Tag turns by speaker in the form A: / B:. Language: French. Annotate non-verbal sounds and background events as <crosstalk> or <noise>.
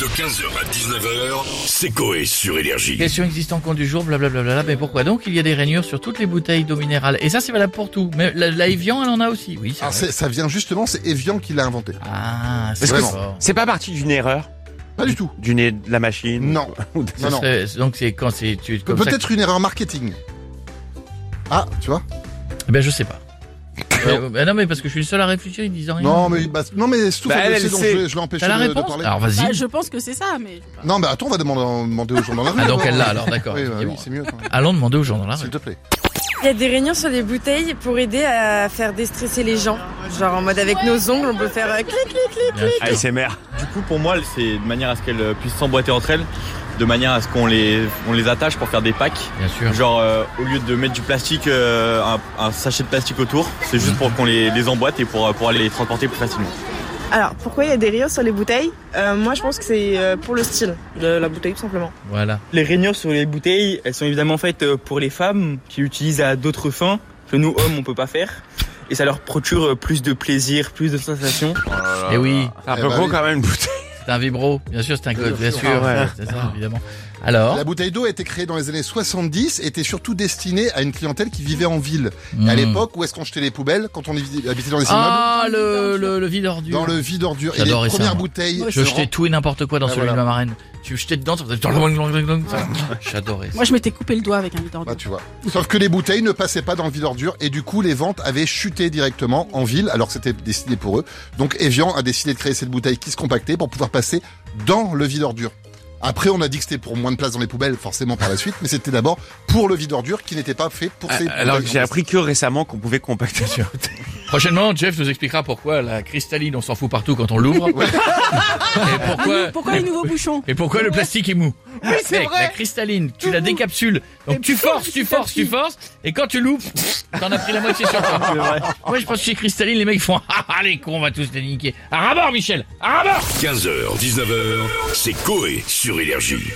A: De 15h à 19h, c'est Coé sur Énergie.
B: Question existant compte du jour, blablabla. Mais pourquoi donc il y a des rainures sur toutes les bouteilles d'eau minérale Et ça, c'est valable pour tout. Mais la, la Evian, elle en a aussi. Oui, c'est
C: Alors
B: vrai.
C: Ah, c'est- ça vient justement, c'est Evian qui l'a inventé.
B: Ah, c'est
C: Est-ce que
B: fort.
D: C'est pas parti d'une erreur
C: Pas du tout.
D: Du nez de la machine
C: Non.
B: Ça
C: Non, non.
B: serait- Donc <laughs> c'est quand c'est tu
C: Pe-
B: comme ça que-
C: Peut-être une erreur marketing. Ah, tu vois
B: Eh Ben je sais
C: <laughs>
B: pas. Euh, ben non mais parce que je suis le seul à réfléchir, ils disent rien.
C: Non, mais, bah, non, mais Stouff,
D: Bah,
C: elle le
D: elle
C: sait, donc
D: sait.
C: je, je l'ai empêché
B: T'as la
C: de, de
B: réponse
C: parler.
B: Alors vas-y.
E: Bah, je pense que c'est ça, mais.
C: Non, mais attends, on va demander, demander aux gens dans la rue.
B: Ah, donc elle l'a,
C: Oui,
B: alors, d'accord,
C: Oui, bah,
B: effectivement. Ah,
C: oui, c'est mieux. attends.
B: Allons demander aux gens dans la rue.
C: S'il te plaît.
F: Il y a des réunions sur les bouteilles pour aider à faire déstresser les gens. Genre en mode avec nos ongles, on peut faire euh, clic, clic, clic.
B: Bien sûr.
D: ASMR.
G: Du coup, pour moi, c'est de manière à ce qu'elles puissent s'emboîter entre elles, de manière à ce qu'on les, on les attache pour faire des packs.
B: Bien sûr.
G: Genre, euh, au lieu de mettre du plastique, euh, un, un sachet de plastique autour, c'est juste pour qu'on les, les emboîte et pour, euh, pour aller les transporter plus facilement.
H: Alors, pourquoi il y a des rayures sur les bouteilles Euh, Moi, je pense que c'est euh, pour le style de la bouteille, tout simplement.
B: Voilà.
I: Les rainures sur les bouteilles, elles sont évidemment faites euh, pour les femmes qui utilisent à d'autres fins que nous hommes on peut pas faire. Et ça leur procure euh, plus de plaisir, plus de sensations.
B: Et oui,
D: C'est un
C: Eh
D: peu
C: bah
D: gros
C: oui.
D: Ah, quand même une bouteille.
B: c'est un vibro. Bien sûr, c'est un code. Bien
C: Bien
B: sûr,
C: sûr. <laughs>
D: Ah ouais.
B: c'est ça évidemment. Alors.
C: La bouteille d'eau a été créée dans les années 70 et était surtout destinée à une clientèle qui vivait en ville. Et à
B: hmm.
C: l'époque, où est-ce qu'on jetait les poubelles quand on habitait habitait dans les immeubles
B: Ah le le le vide ordure.
C: Dans le vide ordure. Et les
B: J'adorais ça,
C: premières
B: moi.
C: bouteilles.
B: Je
C: se
B: jetais tout et n'importe quoi dans
C: Ah,
B: celui de
C: voilà.
B: ma marraine. Tu jetais dedans, ça faisait- <laughs> J'adorais. ça.
E: Moi, je m'étais coupé le doigt avec un leader.
C: Bah tu vois. Sauf que les bouteilles ne passaient pas dans le vide ordure et du coup les ventes avaient chuté directement en ville alors que c'était décidé pour eux. Donc Evian a décidé de créer cette bouteille qui se compactait pour pouvoir passer dans le vide ordure. Après on a dit que c'était pour moins de place dans les poubelles forcément par la suite mais c'était d'abord pour le vide ordure qui n'était pas fait pour ces
D: Ah, Alors
C: poubelles.
D: j'ai appris que récemment qu'on pouvait compacter sur
B: Prochainement, Jeff nous expliquera pourquoi la cristalline, on s'en fout partout quand on l'ouvre. Et pourquoi,
E: Ah Pourquoi les nouveaux bouchons
B: et pourquoi le plastique est mou. Mec, La cristalline, tu la décapsules. Donc tu forces, tu forces, tu forces. Et quand tu loupes, t'en as pris la moitié sur toi. Moi, je pense que chez cristalline, les mecs font, <laughs> ah, ah, les cons, on va tous les niquer. À rabord, Michel! À rabord!
A: 15h, 19h, c'est Coé sur Énergie.